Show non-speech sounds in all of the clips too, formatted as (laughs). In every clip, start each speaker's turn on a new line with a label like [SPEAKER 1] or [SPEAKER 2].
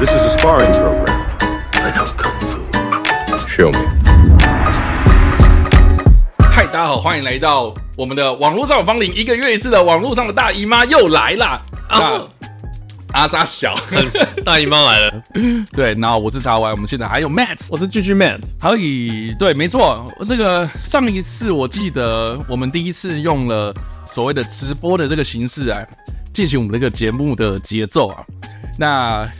[SPEAKER 1] sparring program. I know kung fu. Show me.
[SPEAKER 2] 嗨，大家好，欢迎来到我们的网络上有芳龄一个月一次的网络上的大姨妈又来啦！啊
[SPEAKER 3] 哦，
[SPEAKER 2] 阿莎小
[SPEAKER 3] 大姨妈来了，
[SPEAKER 2] (laughs) 对，然后我是查完，我们现在还有 Matt，
[SPEAKER 3] 我是 G G Man，
[SPEAKER 2] 还有以对，没错，那个上一次我记得我们第一次用了所谓的直播的这个形式来进行我们这个节目的节奏啊。那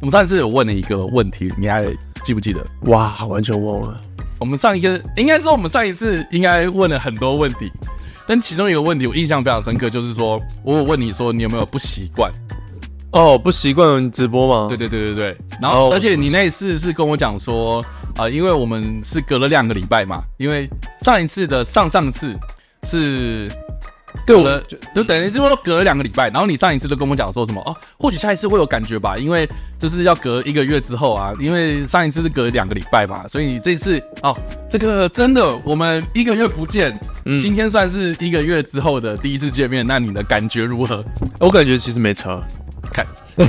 [SPEAKER 2] 我们上次有问了一个问题，你还记不记得？
[SPEAKER 3] 哇，完全忘了，
[SPEAKER 2] 我们上一个应该说我们上一次应该问了很多问题，但其中一个问题我印象非常深刻，就是说我有问你说你有没有不习惯？
[SPEAKER 3] 哦，不习惯直播吗？
[SPEAKER 2] 对
[SPEAKER 3] 对，
[SPEAKER 2] 对对对对。然
[SPEAKER 3] 哦
[SPEAKER 2] 后而且你那一次是跟我讲说，啊，因为我们是隔了两个礼拜嘛，因为上一次的上上次是。对，我的就等于是说隔了两个礼拜，然后你上一次都跟我讲说什么哦，或许下一次会有感觉吧，因为就是要隔一个月之后啊，因为上一次是隔两个礼拜嘛，所以这次哦，这个真的我们一个月不见，
[SPEAKER 3] 嗯
[SPEAKER 2] 今天算是一个月之后的第一次见面，那你的感觉如何？
[SPEAKER 3] 我感觉其实没差，
[SPEAKER 2] 看，
[SPEAKER 3] (laughs)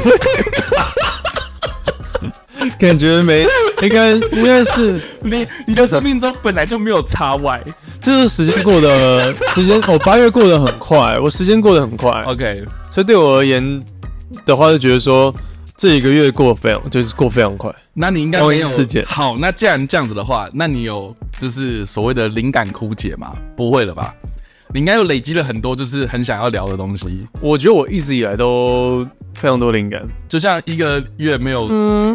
[SPEAKER 3] 感觉没，应该应该是，
[SPEAKER 2] 你你的生命中本来就没有插歪
[SPEAKER 3] 就是时间过得，时间哦，八月过得很快，我时间过得很快，
[SPEAKER 2] ，OK，
[SPEAKER 3] 所以对我而言的话，就觉得说这一个月过得非常，就是过得非常快，
[SPEAKER 2] 那你应该没有
[SPEAKER 3] 光阴似箭
[SPEAKER 2] 好，那既然这样子的话，那你有就是所谓的灵感枯竭吗？不会了吧？你应该有累积了很多就是很想要聊的东西，
[SPEAKER 3] 我觉得我一直以来都非常多灵感，
[SPEAKER 2] 就像一个月没有，
[SPEAKER 3] 嗯，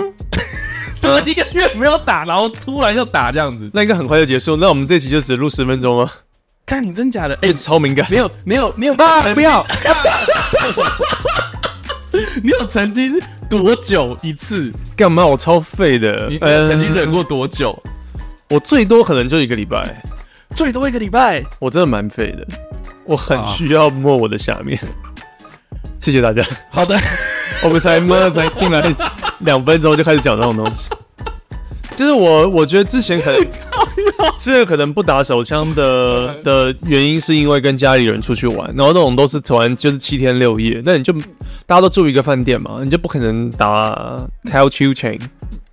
[SPEAKER 2] 就是 (laughs) 一个月没有打，然后突然要打这样子。
[SPEAKER 3] 那应该很快就结束，那我们这期就只录十分钟吗？
[SPEAKER 2] 看你真假的， (laughs) 哎、
[SPEAKER 3] 哎，超敏感
[SPEAKER 2] 没，有没有没有，
[SPEAKER 3] 不要，
[SPEAKER 2] (laughs) 你有曾经多久一次？
[SPEAKER 3] 干嘛？我超废的，
[SPEAKER 2] 你你有曾经
[SPEAKER 3] 呃
[SPEAKER 2] 忍过多久？
[SPEAKER 3] 我最多可能就一个礼拜，
[SPEAKER 2] 最多一个礼拜。
[SPEAKER 3] 我真的蛮废的，我很
[SPEAKER 2] 啊
[SPEAKER 3] 需要摸我的下面。谢谢大家，
[SPEAKER 2] 好的。
[SPEAKER 3] 我们才摸才进来两分钟就开始讲这种东西，就是我我觉得之前可 (laughs) 能之前可能不打手枪的的原因是因为跟家里人出去玩，然后那种都是团就是七天六夜，那你就大家都住一个饭店嘛，你就不可能打 tail c h u chain，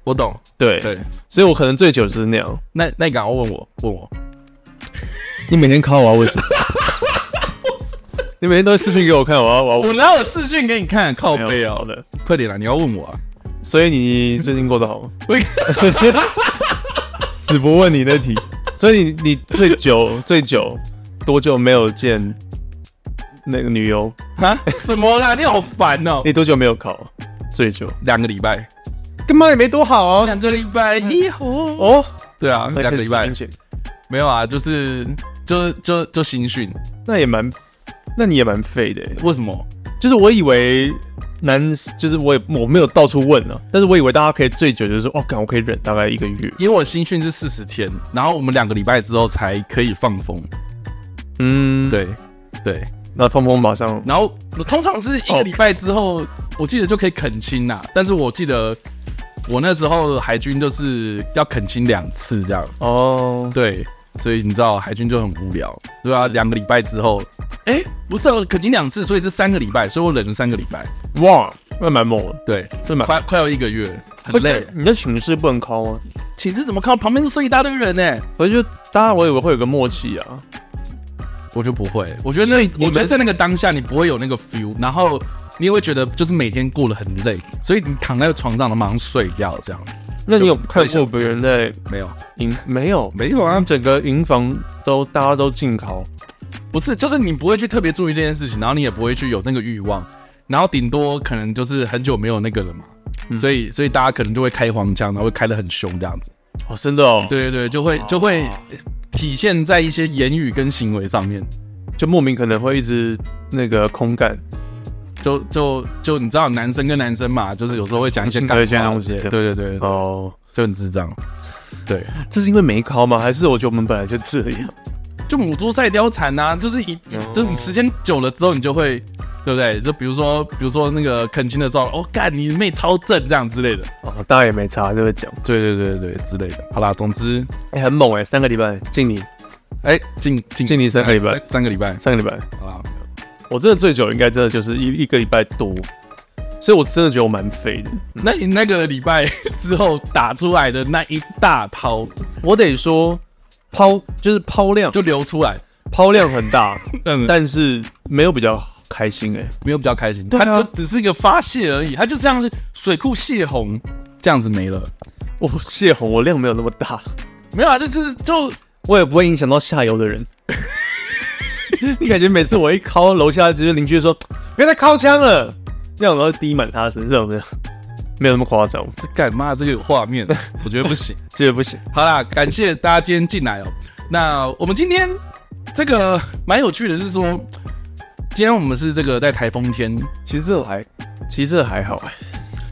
[SPEAKER 2] 我懂，
[SPEAKER 3] 对，
[SPEAKER 2] 对，
[SPEAKER 3] 所以我可能最久就是那样。
[SPEAKER 2] 那那你赶快问我，问我，
[SPEAKER 3] 你每天考我、啊，为什么？ (laughs) 你每天都会视频给我看，我要我要
[SPEAKER 2] 我哪有视讯给你看？靠
[SPEAKER 3] 没
[SPEAKER 2] 背
[SPEAKER 3] 有
[SPEAKER 2] 哦
[SPEAKER 3] 好，的。
[SPEAKER 2] 快点啦！你要问我啊？
[SPEAKER 3] 所以你最近过得好 (laughs) 吗？
[SPEAKER 2] 我
[SPEAKER 3] (laughs) 死不问你那题。所以你你最久最久多久没有见那个女优？
[SPEAKER 2] (laughs) 啊？什么啦？你好烦哦！
[SPEAKER 3] 你多久没有考？最久
[SPEAKER 2] 两个礼拜，
[SPEAKER 3] 干嘛也没多好啊。
[SPEAKER 2] 两个礼拜，以后。
[SPEAKER 3] 哦，
[SPEAKER 2] 对啊，
[SPEAKER 3] 那
[SPEAKER 2] 两个
[SPEAKER 3] 可以
[SPEAKER 2] 礼拜
[SPEAKER 3] 申请
[SPEAKER 2] 没有啊，就是就就就新训，
[SPEAKER 3] 那也蛮，那你也蛮废的欸。
[SPEAKER 2] 为什么？
[SPEAKER 3] 就是我以为男，就是我也我没有到处问啊，但是我以为大家可以最久就是说，哦，干我可以忍大概一个月。
[SPEAKER 2] 因为我新训是四十天，然后我们两个礼拜之后才可以放风。
[SPEAKER 3] 嗯，
[SPEAKER 2] 对对，
[SPEAKER 3] 那峰峰马上
[SPEAKER 2] 然后通常是一个礼拜之后，我记得就可以恳亲啦。但是我记得我那时候海军就是要恳亲两次这样。
[SPEAKER 3] 哦，
[SPEAKER 2] 对，所以你知道海军就很无聊，对啊，两个礼拜之后，哎、不是、啊，肯定两次，所以是三个礼拜，所以我忍了三个礼拜，
[SPEAKER 3] 哇，那蛮猛的，
[SPEAKER 2] 对，
[SPEAKER 3] 真的蛮
[SPEAKER 2] 快快要一个月，很累。
[SPEAKER 3] 你在寝室不能 call 吗？
[SPEAKER 2] 寝室怎么靠旁边睡一大堆人呢、
[SPEAKER 3] 所以就大家我以为会有个默契啊，
[SPEAKER 2] 我就不会，我觉得那
[SPEAKER 3] 们
[SPEAKER 2] 我觉得在那个当下你不会有那个 feel，然后你也会觉得就是每天过得很累，所以你躺在床上然后马上睡觉这样，
[SPEAKER 3] 那你有
[SPEAKER 2] 就
[SPEAKER 3] 看过别人在
[SPEAKER 2] 没有
[SPEAKER 3] 营没有？
[SPEAKER 2] 没有
[SPEAKER 3] 他
[SPEAKER 2] 啊
[SPEAKER 3] 们，整个营房都大家都禁考，
[SPEAKER 2] 不是，就是你不会去特别注意这件事情，然后你也不会去有那个欲望，然后顶多可能就是很久没有那个了嘛，
[SPEAKER 3] 嗯
[SPEAKER 2] 所以所以大家可能就会开黄腔，然后会开得很凶这样子。
[SPEAKER 3] 哦，真的哦，，
[SPEAKER 2] 对对对，就会就会
[SPEAKER 3] 哦
[SPEAKER 2] 体现在一些言语跟行为上面。
[SPEAKER 3] 就莫名可能会一直那个空干，
[SPEAKER 2] 就就就你知道，男生跟男生嘛，就是有时候会讲一些
[SPEAKER 3] 性
[SPEAKER 2] 干
[SPEAKER 3] 格一些
[SPEAKER 2] 话
[SPEAKER 3] 东西
[SPEAKER 2] 对对对，对
[SPEAKER 3] 哦，
[SPEAKER 2] 就很智障。对，
[SPEAKER 3] 这是因为没考吗？还是我觉得我们本来就这样？
[SPEAKER 2] 就母猪赛貂蝉呐，就是一
[SPEAKER 3] 哦
[SPEAKER 2] 这种时间久了之后，你就会，对不对？就比如说，比如说那个恳亲的时候，哦，干你妹超正这样之类的，
[SPEAKER 3] (laughs) 哦，大家也没查就会讲，
[SPEAKER 2] 对对对对对之类的。好啦，总之，
[SPEAKER 3] 哎，很猛哎，三个礼拜敬你，
[SPEAKER 2] 哎，近近
[SPEAKER 3] 敬你三个礼拜
[SPEAKER 2] 三三个礼拜，
[SPEAKER 3] 三个礼拜，
[SPEAKER 2] 好啦，
[SPEAKER 3] 我真的最久应该真的就是一一个礼拜多，所以我真的觉得我蛮废的。
[SPEAKER 2] 那你那个礼拜之后打出来的那一大泡
[SPEAKER 3] 我得说，抛就是抛量，
[SPEAKER 2] 就流出来，
[SPEAKER 3] 抛量很 (laughs) 大，
[SPEAKER 2] 嗯，但
[SPEAKER 3] 但是没有比较开心哎、
[SPEAKER 2] 没有比较开心，
[SPEAKER 3] 对啊
[SPEAKER 2] 它就只是一个发泄而已，它就像是水库泄洪这样子没了，
[SPEAKER 3] 我泄洪，我量没有那么大，
[SPEAKER 2] 没有啊，就是就
[SPEAKER 3] 我也不会影响到下游的 (laughs) 人。你感觉每次我一敲楼下，就是邻居就说别再敲枪了，这样然后滴满他身上这样，没有那么夸张，
[SPEAKER 2] 这干嘛这个有画 (laughs) 面，我觉得不行。
[SPEAKER 3] 这个不行。
[SPEAKER 2] 好啦，感谢大家今天进来哦。那我们今天这个蛮有趣的，是说今天我们是这个在台风天
[SPEAKER 3] 其实这我还，其实这还好哎，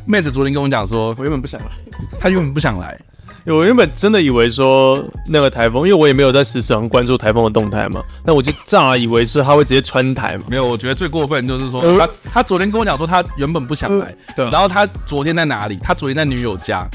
[SPEAKER 2] 妹子昨天跟我讲说，
[SPEAKER 3] 我原本不想来。啊
[SPEAKER 2] 她原本不想来，
[SPEAKER 3] 我原本真的以为说那个台风，因为我也没有在实时上关注台风的动态嘛，那我就乍以为是它会直接穿台嘛。
[SPEAKER 2] 没有，我觉得最过分就是说，
[SPEAKER 3] 呃
[SPEAKER 2] 她她昨天跟我讲说，她原本不想来，
[SPEAKER 3] 呃对
[SPEAKER 2] 然后她昨天在哪里？她昨天在女友家，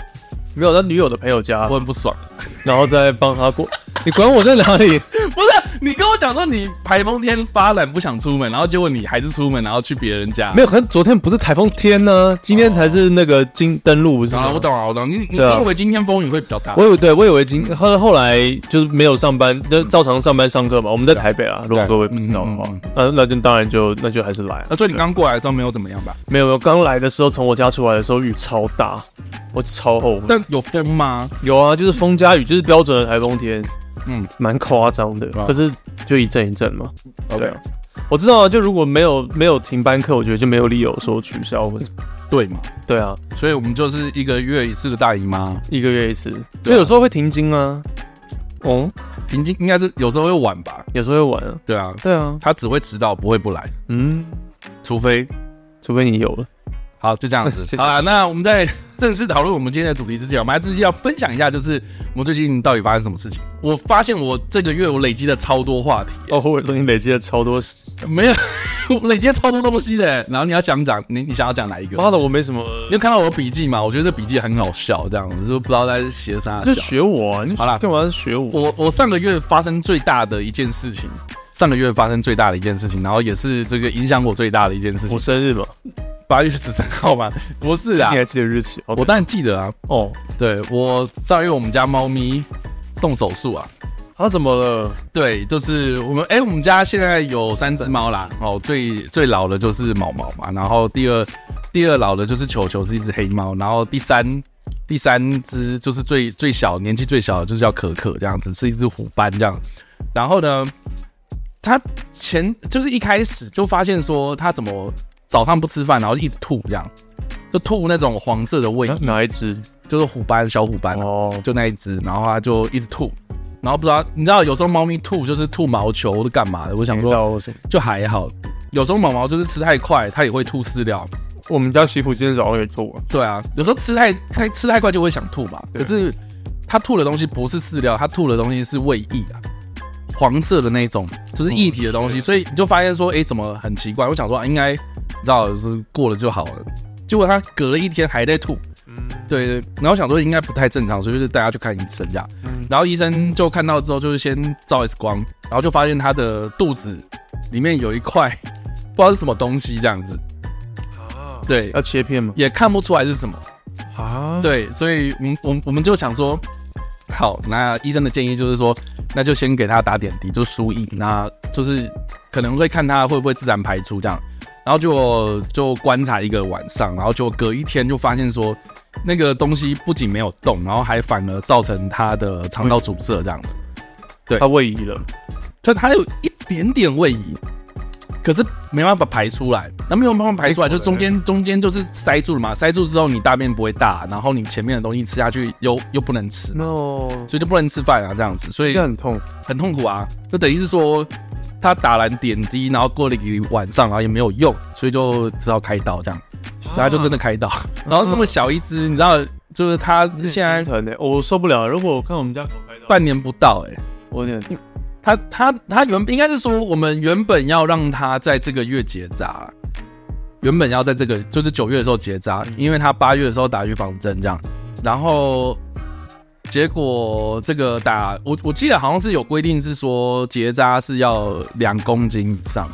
[SPEAKER 3] 没有到女友的朋友家
[SPEAKER 2] 我，很不爽。
[SPEAKER 3] 然后再帮他过。 (laughs) 你管我在哪
[SPEAKER 2] (laughs)
[SPEAKER 3] 里？
[SPEAKER 2] 不是你跟我讲说你台风天发懒不想出门，然后结果你还是出门，然后去别人家。
[SPEAKER 3] 没有，可能昨天不是台风天呢、今天才是那个今登陆，不是
[SPEAKER 2] 有
[SPEAKER 3] 吗
[SPEAKER 2] 啊，我。懂啊，我懂。你你
[SPEAKER 3] 对啊
[SPEAKER 2] 认为今天风雨会比较大？
[SPEAKER 3] 我以为对，我以为今后后来就是没有上班，就照常上班上课嘛。我们在台北啊，如果各位不知道的话
[SPEAKER 2] 嗯嗯，
[SPEAKER 3] 那那就当然就那就还是来啊
[SPEAKER 2] 那。所以你刚过来的时候没有怎么样吧？
[SPEAKER 3] 没有没有，刚来的时候从我家出来的时候雨超大，我超后悔。
[SPEAKER 2] 但有风吗？
[SPEAKER 3] 有啊，就是风加雨，就是标准的台风天，
[SPEAKER 2] 嗯
[SPEAKER 3] 蛮夸张的。
[SPEAKER 2] 啊
[SPEAKER 3] 可是就一阵一阵嘛。对
[SPEAKER 2] ，OK，
[SPEAKER 3] 啊我知道啊，就如果没有没有停班课，我觉得就没有理由说取消或者
[SPEAKER 2] 对嘛，
[SPEAKER 3] 对啊，
[SPEAKER 2] 所以我们就是一个月一次的大姨妈，
[SPEAKER 3] 一个月一次，
[SPEAKER 2] 对啊
[SPEAKER 3] 所以有时候会停经啊，哦，
[SPEAKER 2] 平均应该是有时候会晚吧？
[SPEAKER 3] 有时候会晚啊，
[SPEAKER 2] 对啊，
[SPEAKER 3] 对啊，
[SPEAKER 2] 她只会迟到，不会不来，
[SPEAKER 3] 嗯，
[SPEAKER 2] 除非
[SPEAKER 3] 除非你有了，
[SPEAKER 2] 好，就这样 (laughs)
[SPEAKER 3] 谢
[SPEAKER 2] 子。
[SPEAKER 3] 谢
[SPEAKER 2] 好啦，那我们在正式讨论我们今天的主题之前，我们还是要分享一下，就是我们最近到底发生什么事情。我发现我这个月我累积了超多话题，
[SPEAKER 3] 哦，我已经累积了超多，
[SPEAKER 2] (laughs) 没有我累积了超多东西的。然后你要想讲，你你想要讲哪一个？
[SPEAKER 3] 妈的，我没什么，
[SPEAKER 2] 你有看到我的笔记吗？我觉得这笔记很好笑，这样子就不知道在写啥
[SPEAKER 3] 就
[SPEAKER 2] 笑。
[SPEAKER 3] 学我啊，你
[SPEAKER 2] 好啦
[SPEAKER 3] 干嘛学我？
[SPEAKER 2] 我我上个月发生最大的一件事情，上个月发生最大的一件事情，然后也是这个影响我最大的一件事
[SPEAKER 3] 我
[SPEAKER 2] 情，
[SPEAKER 3] 生日嘛，
[SPEAKER 2] 八月十三号嘛，不是啊
[SPEAKER 3] 你，还记得日期？我
[SPEAKER 2] 我当然记得啊，
[SPEAKER 3] 哦，
[SPEAKER 2] 对我上个月我们家猫咪动手术啊，
[SPEAKER 3] 他怎么了？
[SPEAKER 2] 对，就是我们哎、我们家现在有三只猫啦，哦，最最老的就是毛毛嘛，然后第二第二老的就是球球是一只黑猫，然后第三第三只就是最最小年纪最小的就是叫可可这样子，是一只虎斑这样，然后呢，它前就是一开始就发现说它怎么早上不吃饭，然后一直吐这样，就吐那种黄色的胃
[SPEAKER 3] 哪，哪一只？
[SPEAKER 2] 就是虎斑小虎斑、啊
[SPEAKER 3] 哦，
[SPEAKER 2] 就那一只，然后它就一直吐，然后不知道你知道有时候猫咪吐就是吐毛球是干嘛的？我想
[SPEAKER 3] 没
[SPEAKER 2] 说
[SPEAKER 3] 到我是
[SPEAKER 2] 就还好，有时候毛毛就是吃太快，它也会吐饲料。
[SPEAKER 3] 我们家媳妇今天早上也做完，
[SPEAKER 2] 对啊，有时候吃太太吃太快就会想吐嘛。可是它吐的东西不是饲料，它吐的东西是胃液啊，黄色的那种，就是液体的东
[SPEAKER 3] 嗯
[SPEAKER 2] 西。所以你就发现说，哎、怎么很奇怪？我想说，啊应该你知道，就是过了就好了。结果它隔了一天还在吐，
[SPEAKER 3] 嗯，
[SPEAKER 2] 对对，然后想说应该不太正常，所以就是带他去看医生这样。
[SPEAKER 3] 嗯
[SPEAKER 2] 然后医生就看到之后，就是先照 X 光，然后就发现他的肚子里面有一块不知道是什么东西这样子，对，
[SPEAKER 3] 要切片吗？
[SPEAKER 2] 也看不出来是什么。
[SPEAKER 3] 啊，
[SPEAKER 2] 对，所以我们我们我们就想说，好，那医生的建议就是说，那就先给他打点滴，就输液，那就是可能会看他会不会自然排出这样，然后就就观察一个晚上，然后就隔一天就发现说，那个东西不仅没有动，然后还反而造成他的肠道阻塞这样子，
[SPEAKER 3] 他位移了，
[SPEAKER 2] 所以他有一点点位移。可是没办法排出来，那没有办法排出来，就中间中间就是塞住了嘛，塞住之后你大便不会大，然后你前面的东西吃下去又又不能吃，
[SPEAKER 3] no，
[SPEAKER 2] 所以就不能吃饭啊，这样子，所以
[SPEAKER 3] 这很痛。
[SPEAKER 2] 很痛苦啊。就等于是说，他打完点滴，然后过了一个晚上，然后也没有用，所以就只好开刀这样，所
[SPEAKER 3] 啊
[SPEAKER 2] 以他就真的开刀。然后那么小一只，你知道，就是他
[SPEAKER 3] 嗯
[SPEAKER 2] 现在
[SPEAKER 3] 疼的、欸我受不了。如果我看我们家狗开刀，
[SPEAKER 2] 半年不到、欸，哎，
[SPEAKER 3] 我有点
[SPEAKER 2] 他他他原应该是说，我们原本要让他在这个月结扎，原本要在这个就是九月的时候结扎，因为他八月的时候打预防针这样，然后结果这个打我我记得好像是有规定是说结扎是要两公斤以上，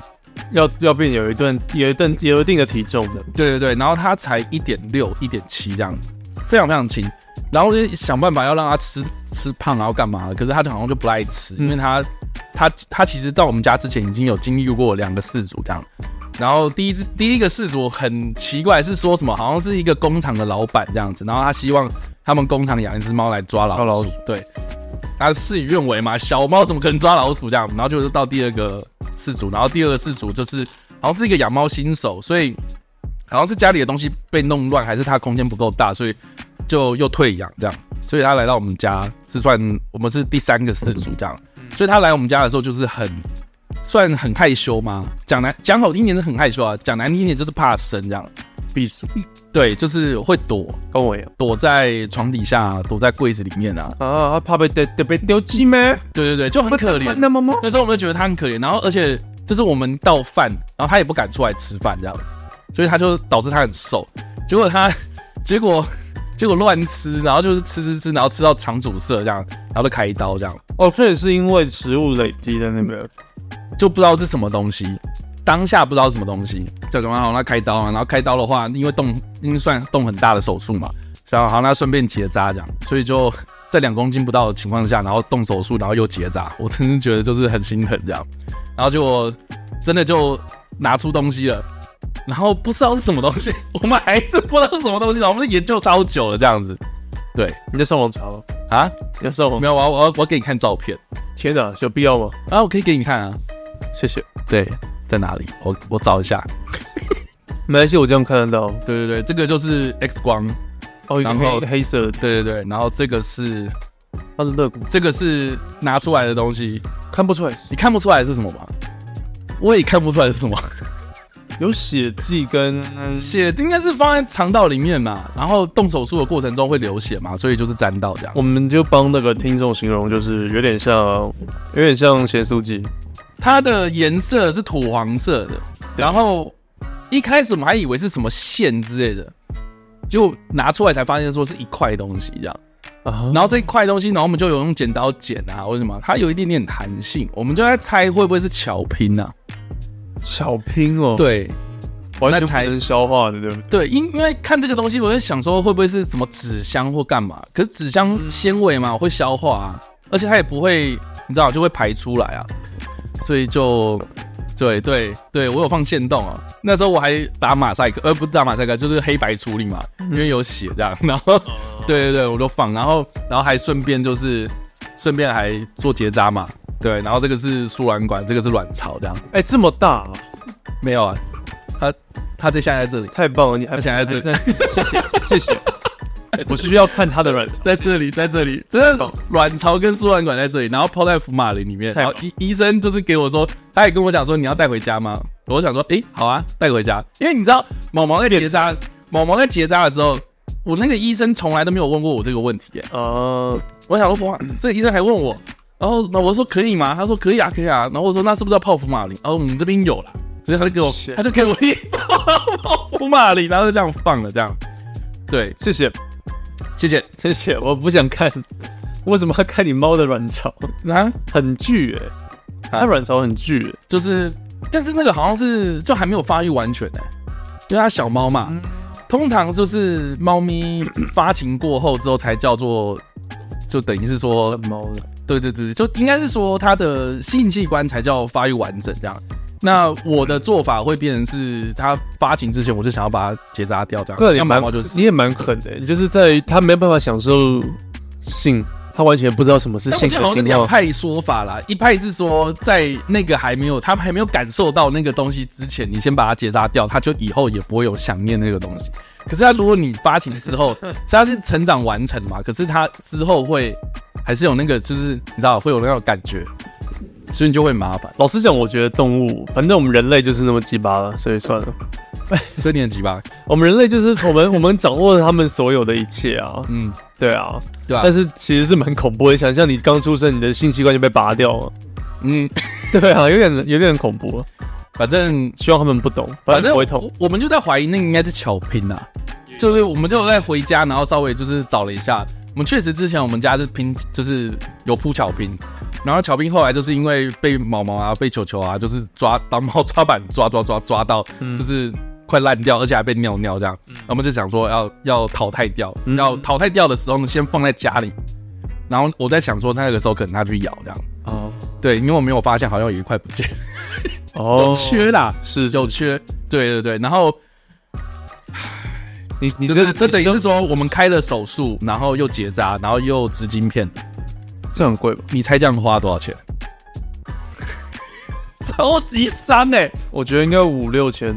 [SPEAKER 3] 要要变有一顿有一顿有一定的体重的，
[SPEAKER 2] 对对对，然后他才一点六、一点七这样子，非常非常轻。然后就想办法要让他吃吃胖，然后干嘛的？可是他就好像就不爱吃，因为
[SPEAKER 3] 嗯
[SPEAKER 2] 他他他其实到我们家之前已经有经历过两个事主这样。然后第一只第一个事主很奇怪，是说什么好像是一个工厂的老板这样子，然后他希望他们工厂养一只猫来抓老鼠，
[SPEAKER 3] 抓老鼠
[SPEAKER 2] 对。那事与愿违嘛，小猫怎么可能抓老鼠这样？然后就是到第二个事主，然后第二个事主就是好像是一个养猫新手，所以好像是家里的东西被弄乱，还是他空间不够大，所以就又退养这样。所以他来到我们家是算我们是第三个事主这样，所以他来我们家的时候就是很算很害羞吗？讲难讲好听点是很害羞啊，讲难听点就是怕生这样。
[SPEAKER 3] 避暑
[SPEAKER 2] 对，就是会躲
[SPEAKER 3] 跟我一样
[SPEAKER 2] 躲在床底下、躲在柜子里面啊。
[SPEAKER 3] 啊，他怕被得得被丢鸡咩？
[SPEAKER 2] 对对对，就很可怜。啊
[SPEAKER 3] 那么么，
[SPEAKER 2] 那时候我们就觉得他很可怜，然后而且就是我们倒饭，然后他也不敢出来吃饭这样子，所以他就导致他很瘦。结果他结果结果乱吃，然后就是吃吃吃，然后吃到肠阻塞这样，然后就开刀这样，
[SPEAKER 3] 哦，这也是因为食物累积的那个，
[SPEAKER 2] 就不知道是什么东西，当下不知道是什么东西，就总好那开刀啊，然后开刀的话，因为动因为算动很大的手术嘛，所以好那顺便结扎这样，所以就在两公斤不到的情况下，然后动手术，然后又结扎，我真是觉得就是很心疼这样，然后就真的就拿出东西了。然后不知道是什么东西， (laughs) 我们还是不知道是什么东西，然后我们研究超久了这样子。对
[SPEAKER 3] 你在上网查吗？
[SPEAKER 2] 啊，
[SPEAKER 3] 你在上网
[SPEAKER 2] 没？有，我要我要我要给你看照片
[SPEAKER 3] 天哪，有必要吗？
[SPEAKER 2] 啊，我可以给你看啊。
[SPEAKER 3] 谢谢。
[SPEAKER 2] 对，在哪里？我我找一下。
[SPEAKER 3] 没关系，我这样看得到。
[SPEAKER 2] 对对对，这个就是 X 光，
[SPEAKER 3] 哦，一个
[SPEAKER 2] 然后
[SPEAKER 3] 黑黑色的，
[SPEAKER 2] 对对对，然后这个是
[SPEAKER 3] 它是肋骨，
[SPEAKER 2] 这个是拿出来的东西，
[SPEAKER 3] 看不出来，
[SPEAKER 2] 你看不出来是什么吗？我也看不出来是什么， (laughs)
[SPEAKER 3] 有血迹跟
[SPEAKER 2] 血应该是放在肠道里面嘛，然后动手术的过程中会流血嘛，所以就是沾到这样。
[SPEAKER 3] 我们就帮那个听众形容，就是有点像，有点像咸酥鸡，
[SPEAKER 2] 它的颜色是土黄色的，然后一开始我们还以为是什么线之类的，就拿出来才发现说是一块东西这样。
[SPEAKER 3] 啊
[SPEAKER 2] 然后这一块东西，然后我们就有用剪刀剪啊，为什么？它有一点点弹性，我们就在猜会不会是巧拼啊？
[SPEAKER 3] 小拼哦，，
[SPEAKER 2] 对
[SPEAKER 3] 完全
[SPEAKER 2] 那
[SPEAKER 3] 不
[SPEAKER 2] 才
[SPEAKER 3] 能消化的，对不对？
[SPEAKER 2] 对，因因为看这个东西，我在想说会不会是什么纸箱或干嘛？可是纸箱纤维嘛，会消化啊，而且它也不会，你知道就会排出来啊，所以就。对对对，我有放线动啊，那时候我还打马赛克，呃，不是打马赛克，就是黑白处理嘛，因为有血这样，然后 (laughs) 对对对，我都放，然后然后还顺便就是顺便还做结扎嘛，对，然后这个是输卵管，这个是卵巢，这样
[SPEAKER 3] 哎，这么大啊，
[SPEAKER 2] 没有啊，它它这下在这里，
[SPEAKER 3] 太棒了，你还
[SPEAKER 2] 而且还 (laughs) 在这里，
[SPEAKER 3] 谢谢， (laughs) 我需要看他的软糖，
[SPEAKER 2] 在这里，在这里，真的卵巢跟输卵管在这里，然后泡在福马林里面，
[SPEAKER 3] 太
[SPEAKER 2] 然
[SPEAKER 3] 好
[SPEAKER 2] 后医医生就是给我说，他也跟我讲说你要带回家吗？我想说，诶，好啊，带回家，因为你知道毛毛在结扎，毛毛在结扎的时候，我那个医生从来都没有问过我这个问题、耶
[SPEAKER 3] 啊，
[SPEAKER 2] 我想说哇，这个医生还问我，然后那我说可以吗？他说可以啊，可以啊，然后我说那是不是要泡福马林？哦，我们这边有了，直接他就给我
[SPEAKER 3] Shit，
[SPEAKER 2] 他就给我一包泡福马林，然后就这样放了，这样，对，
[SPEAKER 3] 谢谢，
[SPEAKER 2] 谢谢
[SPEAKER 3] 谢谢，我不想看，为什么要看你猫的卵巢？
[SPEAKER 2] 啊。
[SPEAKER 3] 很巨哎、它卵巢很巨、欸，
[SPEAKER 2] 就是，但是那个好像是就还没有发育完全哎、因为它小猫嘛，通常就是猫咪发情过后之后才叫做，就等于是说，
[SPEAKER 3] 猫的，
[SPEAKER 2] 对对对，就应该是说它的性器官才叫发育完整这样。那我的做法会变成是，它发情之前我就想要把它结扎掉这样，
[SPEAKER 3] 个
[SPEAKER 2] 这
[SPEAKER 3] 也
[SPEAKER 2] 样
[SPEAKER 3] 蛮
[SPEAKER 2] 毛毛就是
[SPEAKER 3] 你也蛮狠的、你就是在于它没办法享受性，它完全不知道什么是
[SPEAKER 2] 但我
[SPEAKER 3] 性
[SPEAKER 2] 记得好
[SPEAKER 3] 和
[SPEAKER 2] 像是
[SPEAKER 3] 性
[SPEAKER 2] 两
[SPEAKER 3] 要
[SPEAKER 2] 派说法啦，一派是说在那个还没有他还没有感受到那个东西之前，你先把它结扎掉，他就以后也不会有想念那个东西。可是他如果你发情
[SPEAKER 3] (laughs)
[SPEAKER 2] 之后，是他是成长完成嘛，可是他之后会还是有那个，就是你知道会有那种感觉，所以你就会麻烦，
[SPEAKER 3] 老实讲，我觉得动物，反正我们人类就是那么鸡巴了，所以算了。
[SPEAKER 2] 所以你很急吧？
[SPEAKER 3] 我们人类就是我们，我们掌握了他们所有的一切啊，
[SPEAKER 2] 嗯，
[SPEAKER 3] 对啊。
[SPEAKER 2] 对啊，
[SPEAKER 3] 但是其实是蛮恐怖的，想象你刚出生，你的性器官就被拔掉了， (laughs)
[SPEAKER 2] 嗯，
[SPEAKER 3] 对啊，有点有点恐怖。
[SPEAKER 2] 反正
[SPEAKER 3] 希望他们不懂，
[SPEAKER 2] 反正
[SPEAKER 3] 不会痛
[SPEAKER 2] 我。我们就在怀疑那个应该是巧拼啊，就是我们就在回家，然后稍微就是找了一下，我们确实之前我们家是拼，就是有铺巧拼，然后巧拼后来就是因为被毛毛啊、被球球啊，就是抓当猫抓板抓抓抓抓到，
[SPEAKER 3] 嗯
[SPEAKER 2] 就是快烂掉，而且还被尿尿这样。然后我们就想说要要淘汰掉，
[SPEAKER 3] 嗯
[SPEAKER 2] 要淘汰掉的时候呢，先放在家里。然后我在想说，那个时候可能它去咬这样，
[SPEAKER 3] 哦
[SPEAKER 2] 对，因为我没有发现好像有一块不见， (laughs) 有
[SPEAKER 3] 哦，
[SPEAKER 2] 缺啦，
[SPEAKER 3] 是
[SPEAKER 2] 有缺，对对对。然后
[SPEAKER 3] 你你
[SPEAKER 2] 就
[SPEAKER 3] 这
[SPEAKER 2] 是这等于
[SPEAKER 3] 你
[SPEAKER 2] 是
[SPEAKER 3] 这
[SPEAKER 2] 说，我们开了手术，然后又结扎，然后又植晶片，
[SPEAKER 3] 这很贵吧？
[SPEAKER 2] 你猜这样花多少 (laughs) 钱？超级伤哎、
[SPEAKER 3] 欸我觉得应该五六千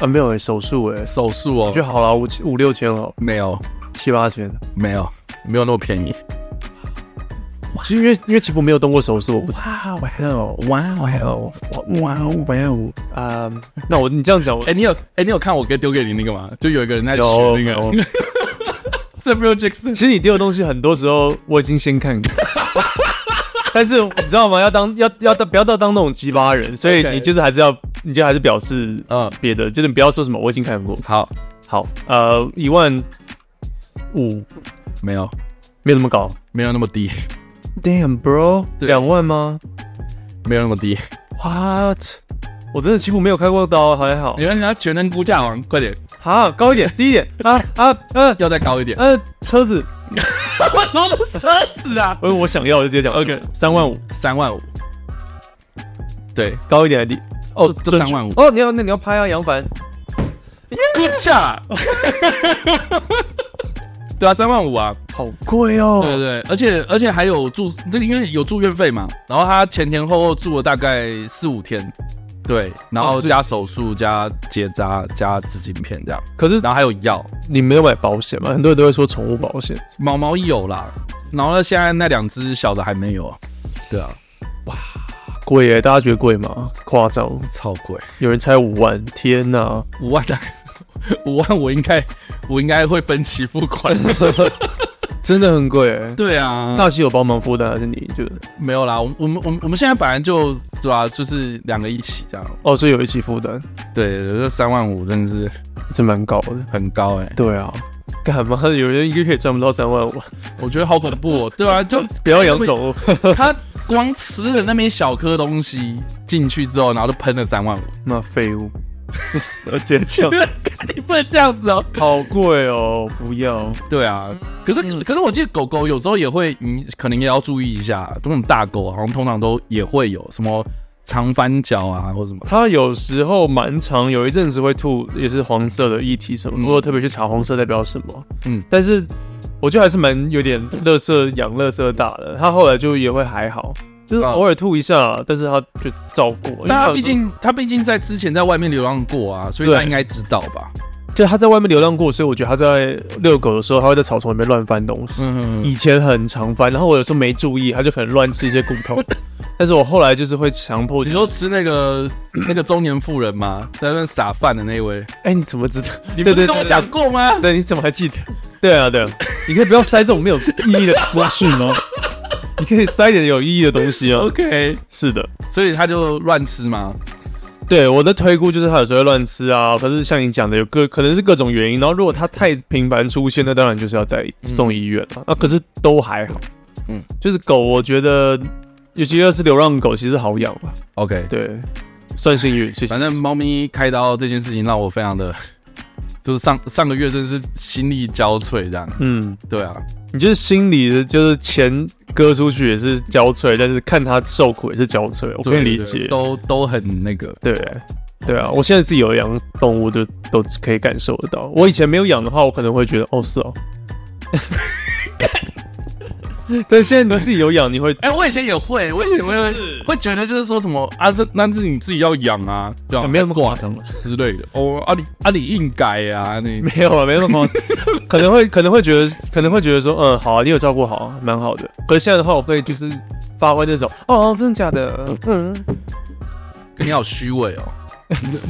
[SPEAKER 3] 啊，没有诶，手术诶，
[SPEAKER 2] 手术
[SPEAKER 3] 我觉
[SPEAKER 2] 哦，
[SPEAKER 3] 得好了，五五六千哦，
[SPEAKER 2] 没有
[SPEAKER 3] 七八千。
[SPEAKER 2] 没有没有那么便宜。
[SPEAKER 3] 其实因为因为吉普没有动过手术，我不知道
[SPEAKER 2] 哇哦！
[SPEAKER 3] 啊、那我你这样讲，我
[SPEAKER 2] 哎、你有哎、你有看我哥丢给你那个吗？就有一个人在学
[SPEAKER 3] 有
[SPEAKER 2] 那个
[SPEAKER 3] 有
[SPEAKER 2] Samuel
[SPEAKER 3] 其
[SPEAKER 2] Jackson，
[SPEAKER 3] 实你丢的东西很多时候我已经先看 (laughs) 过，但是你知道吗？要当要要当不要到当那种鸡巴人，所以
[SPEAKER 2] OK
[SPEAKER 3] 你就是还是要，你就还是表示
[SPEAKER 2] (laughs)
[SPEAKER 3] 呃
[SPEAKER 2] 嗯，
[SPEAKER 3] 别的，就是你不要说什么我已经看过。
[SPEAKER 2] 好，
[SPEAKER 3] 好，呃，一万五
[SPEAKER 2] 没有
[SPEAKER 3] 没有那么高
[SPEAKER 2] 没有那么低，
[SPEAKER 3] ，Damn bro，
[SPEAKER 2] 对
[SPEAKER 3] 两万吗
[SPEAKER 2] 没有那么低。
[SPEAKER 3] ？What？我真的几乎没有开过刀，还好
[SPEAKER 2] 你。看人家全能估价王，快点，
[SPEAKER 3] 好，高一点，低一点啊啊呃
[SPEAKER 2] 要再高 (laughs) 一点。
[SPEAKER 3] 呃，车子，
[SPEAKER 2] 我说的车子啊，
[SPEAKER 3] 我我想要我就直接讲
[SPEAKER 2] OK
[SPEAKER 3] 三万五，
[SPEAKER 2] 三万五，对，
[SPEAKER 3] 高一点还低？
[SPEAKER 2] 哦，就
[SPEAKER 3] 准
[SPEAKER 2] 三万五，
[SPEAKER 3] 哦，你要那你要拍啊，杨凡。
[SPEAKER 2] 估价， (laughs) 对啊，三万五啊，
[SPEAKER 3] 好贵哦！
[SPEAKER 2] 对对，而且而且还有住这个，因为有住院费嘛，然后他前前后后住了大概四五天，对，然后
[SPEAKER 3] 哦是
[SPEAKER 2] 加手术、加结扎、加止巾片这样，
[SPEAKER 3] 可是
[SPEAKER 2] 然后还有药，
[SPEAKER 3] 你没有买保险吗？很多人都会说宠物保险。
[SPEAKER 2] 毛毛有啦，然后呢，现在那两只小的还没有啊，对啊，
[SPEAKER 3] 贵耶、大家觉得贵吗？夸张，
[SPEAKER 2] 超贵，
[SPEAKER 3] 有人猜五万，天哪！
[SPEAKER 2] 五万大概五万我应该我应该会分期付款， (laughs)
[SPEAKER 3] 真的很贵耶、
[SPEAKER 2] 对啊，
[SPEAKER 3] 大西有帮忙负担还是你就
[SPEAKER 2] 没有啦，我们我们我们我们现在本来就对吧、就是两个一起这样，
[SPEAKER 3] 哦，所以有一起负担，
[SPEAKER 2] 对，这三万五真的是
[SPEAKER 3] 这蛮高的。
[SPEAKER 2] 很高哎、
[SPEAKER 3] 对啊，干嘛有人一个月赚不到三万 (laughs) 五？
[SPEAKER 2] 我觉得好恐怖哦，对啊，就
[SPEAKER 3] 不要养宠物，
[SPEAKER 2] 他光吃了那边小颗东西进去之后，然后就喷了三 (laughs) 万五，
[SPEAKER 3] 那废 (laughs) 物，我直接讲，
[SPEAKER 2] 啊你不能这样子哦。
[SPEAKER 3] 好贵哦，不要。
[SPEAKER 2] 对啊，可是可是我记得狗狗有时候也会，你可能也要注意一下，这种大狗好像通常都也会有什么长翻脚啊或什么，
[SPEAKER 3] 它有时候蛮长，有一阵子会吐，也是黄色的液体什么。
[SPEAKER 2] 嗯
[SPEAKER 3] 我有特别去查黄色代表什么，
[SPEAKER 2] 嗯
[SPEAKER 3] 嗯，但是我觉得还是蛮有点乐色养乐色大的。它后来就也会还好，就是
[SPEAKER 2] 啊
[SPEAKER 3] 偶尔吐一下，但是它就照顾。因为
[SPEAKER 2] 但
[SPEAKER 3] 它
[SPEAKER 2] 他
[SPEAKER 3] 有
[SPEAKER 2] 毕
[SPEAKER 3] 时候
[SPEAKER 2] 竟他毕竟在之前在外面流浪过啊，所以他
[SPEAKER 3] 对
[SPEAKER 2] 应该知道吧？
[SPEAKER 3] 就它在外面流浪过，所以我觉得它在遛狗的时候，它会在草丛里面乱翻东西。
[SPEAKER 2] 嗯，
[SPEAKER 3] 以前很常翻，然后我有时候没注意，它就可能乱吃一些骨
[SPEAKER 2] (laughs)
[SPEAKER 3] 头。但是我后来就是会强迫
[SPEAKER 2] 你，说吃那 (clears throat) 个那个中年妇人吗？在那边撒饭的那一位，
[SPEAKER 3] 哎、你怎么知道？
[SPEAKER 2] 你
[SPEAKER 3] 对
[SPEAKER 2] 不
[SPEAKER 3] 对对
[SPEAKER 2] 是跟我
[SPEAKER 3] 对
[SPEAKER 2] 讲过吗？
[SPEAKER 3] (laughs) 对，你怎么还记得？对啊，对啊，你可以不要塞这种没有意义的资讯
[SPEAKER 2] (laughs)
[SPEAKER 3] 哦，你可以塞一点有意义的东西哦。
[SPEAKER 2] OK，
[SPEAKER 3] 是的，
[SPEAKER 2] 所以他就乱吃嘛。
[SPEAKER 3] 对我的推估就是他有时候会乱吃啊，可是像你讲的有各可能是各种原因，然后如果他太频繁出现，那当然就是要带送医院了。那、可是都还好，
[SPEAKER 2] 嗯
[SPEAKER 3] 嗯，就是狗，我觉得尤其要是流浪狗，其实好养吧，
[SPEAKER 2] OK，
[SPEAKER 3] 对，算幸运，谢谢。
[SPEAKER 2] 反正猫咪开刀这件事情让我非常的， (laughs) 就是上上个月真的是心力交瘁这样。
[SPEAKER 3] 嗯，
[SPEAKER 2] 对啊，
[SPEAKER 3] 你就是心里的就是钱割出去也是交瘁，但是看他受苦也是交瘁，我可以
[SPEAKER 2] 对
[SPEAKER 3] 理
[SPEAKER 2] 对
[SPEAKER 3] 解。
[SPEAKER 2] 都都很那个。
[SPEAKER 3] 对，对啊，我现在自己有养动物，就都可以感受得到。我以前没有养的话，我可能会觉得哦是哦， (laughs) 但现在你自己有养，你会
[SPEAKER 2] 哎、我以前也会，我以前会会觉得就是说什么啊，这那是你自己要养啊，对吧、
[SPEAKER 3] 啊没有那么夸张了，
[SPEAKER 2] 之类的。哦，啊你啊你应该啊，
[SPEAKER 3] (laughs)
[SPEAKER 2] 你
[SPEAKER 3] 没有啊，没那么夸 (laughs) 张，可能会可能会觉得可能会觉得说嗯好啊，你有照顾好啊，蛮好的。可是现在的话，我会就是发挥那种哦真的假的，嗯
[SPEAKER 2] 跟你好虚伪 (laughs) 哦。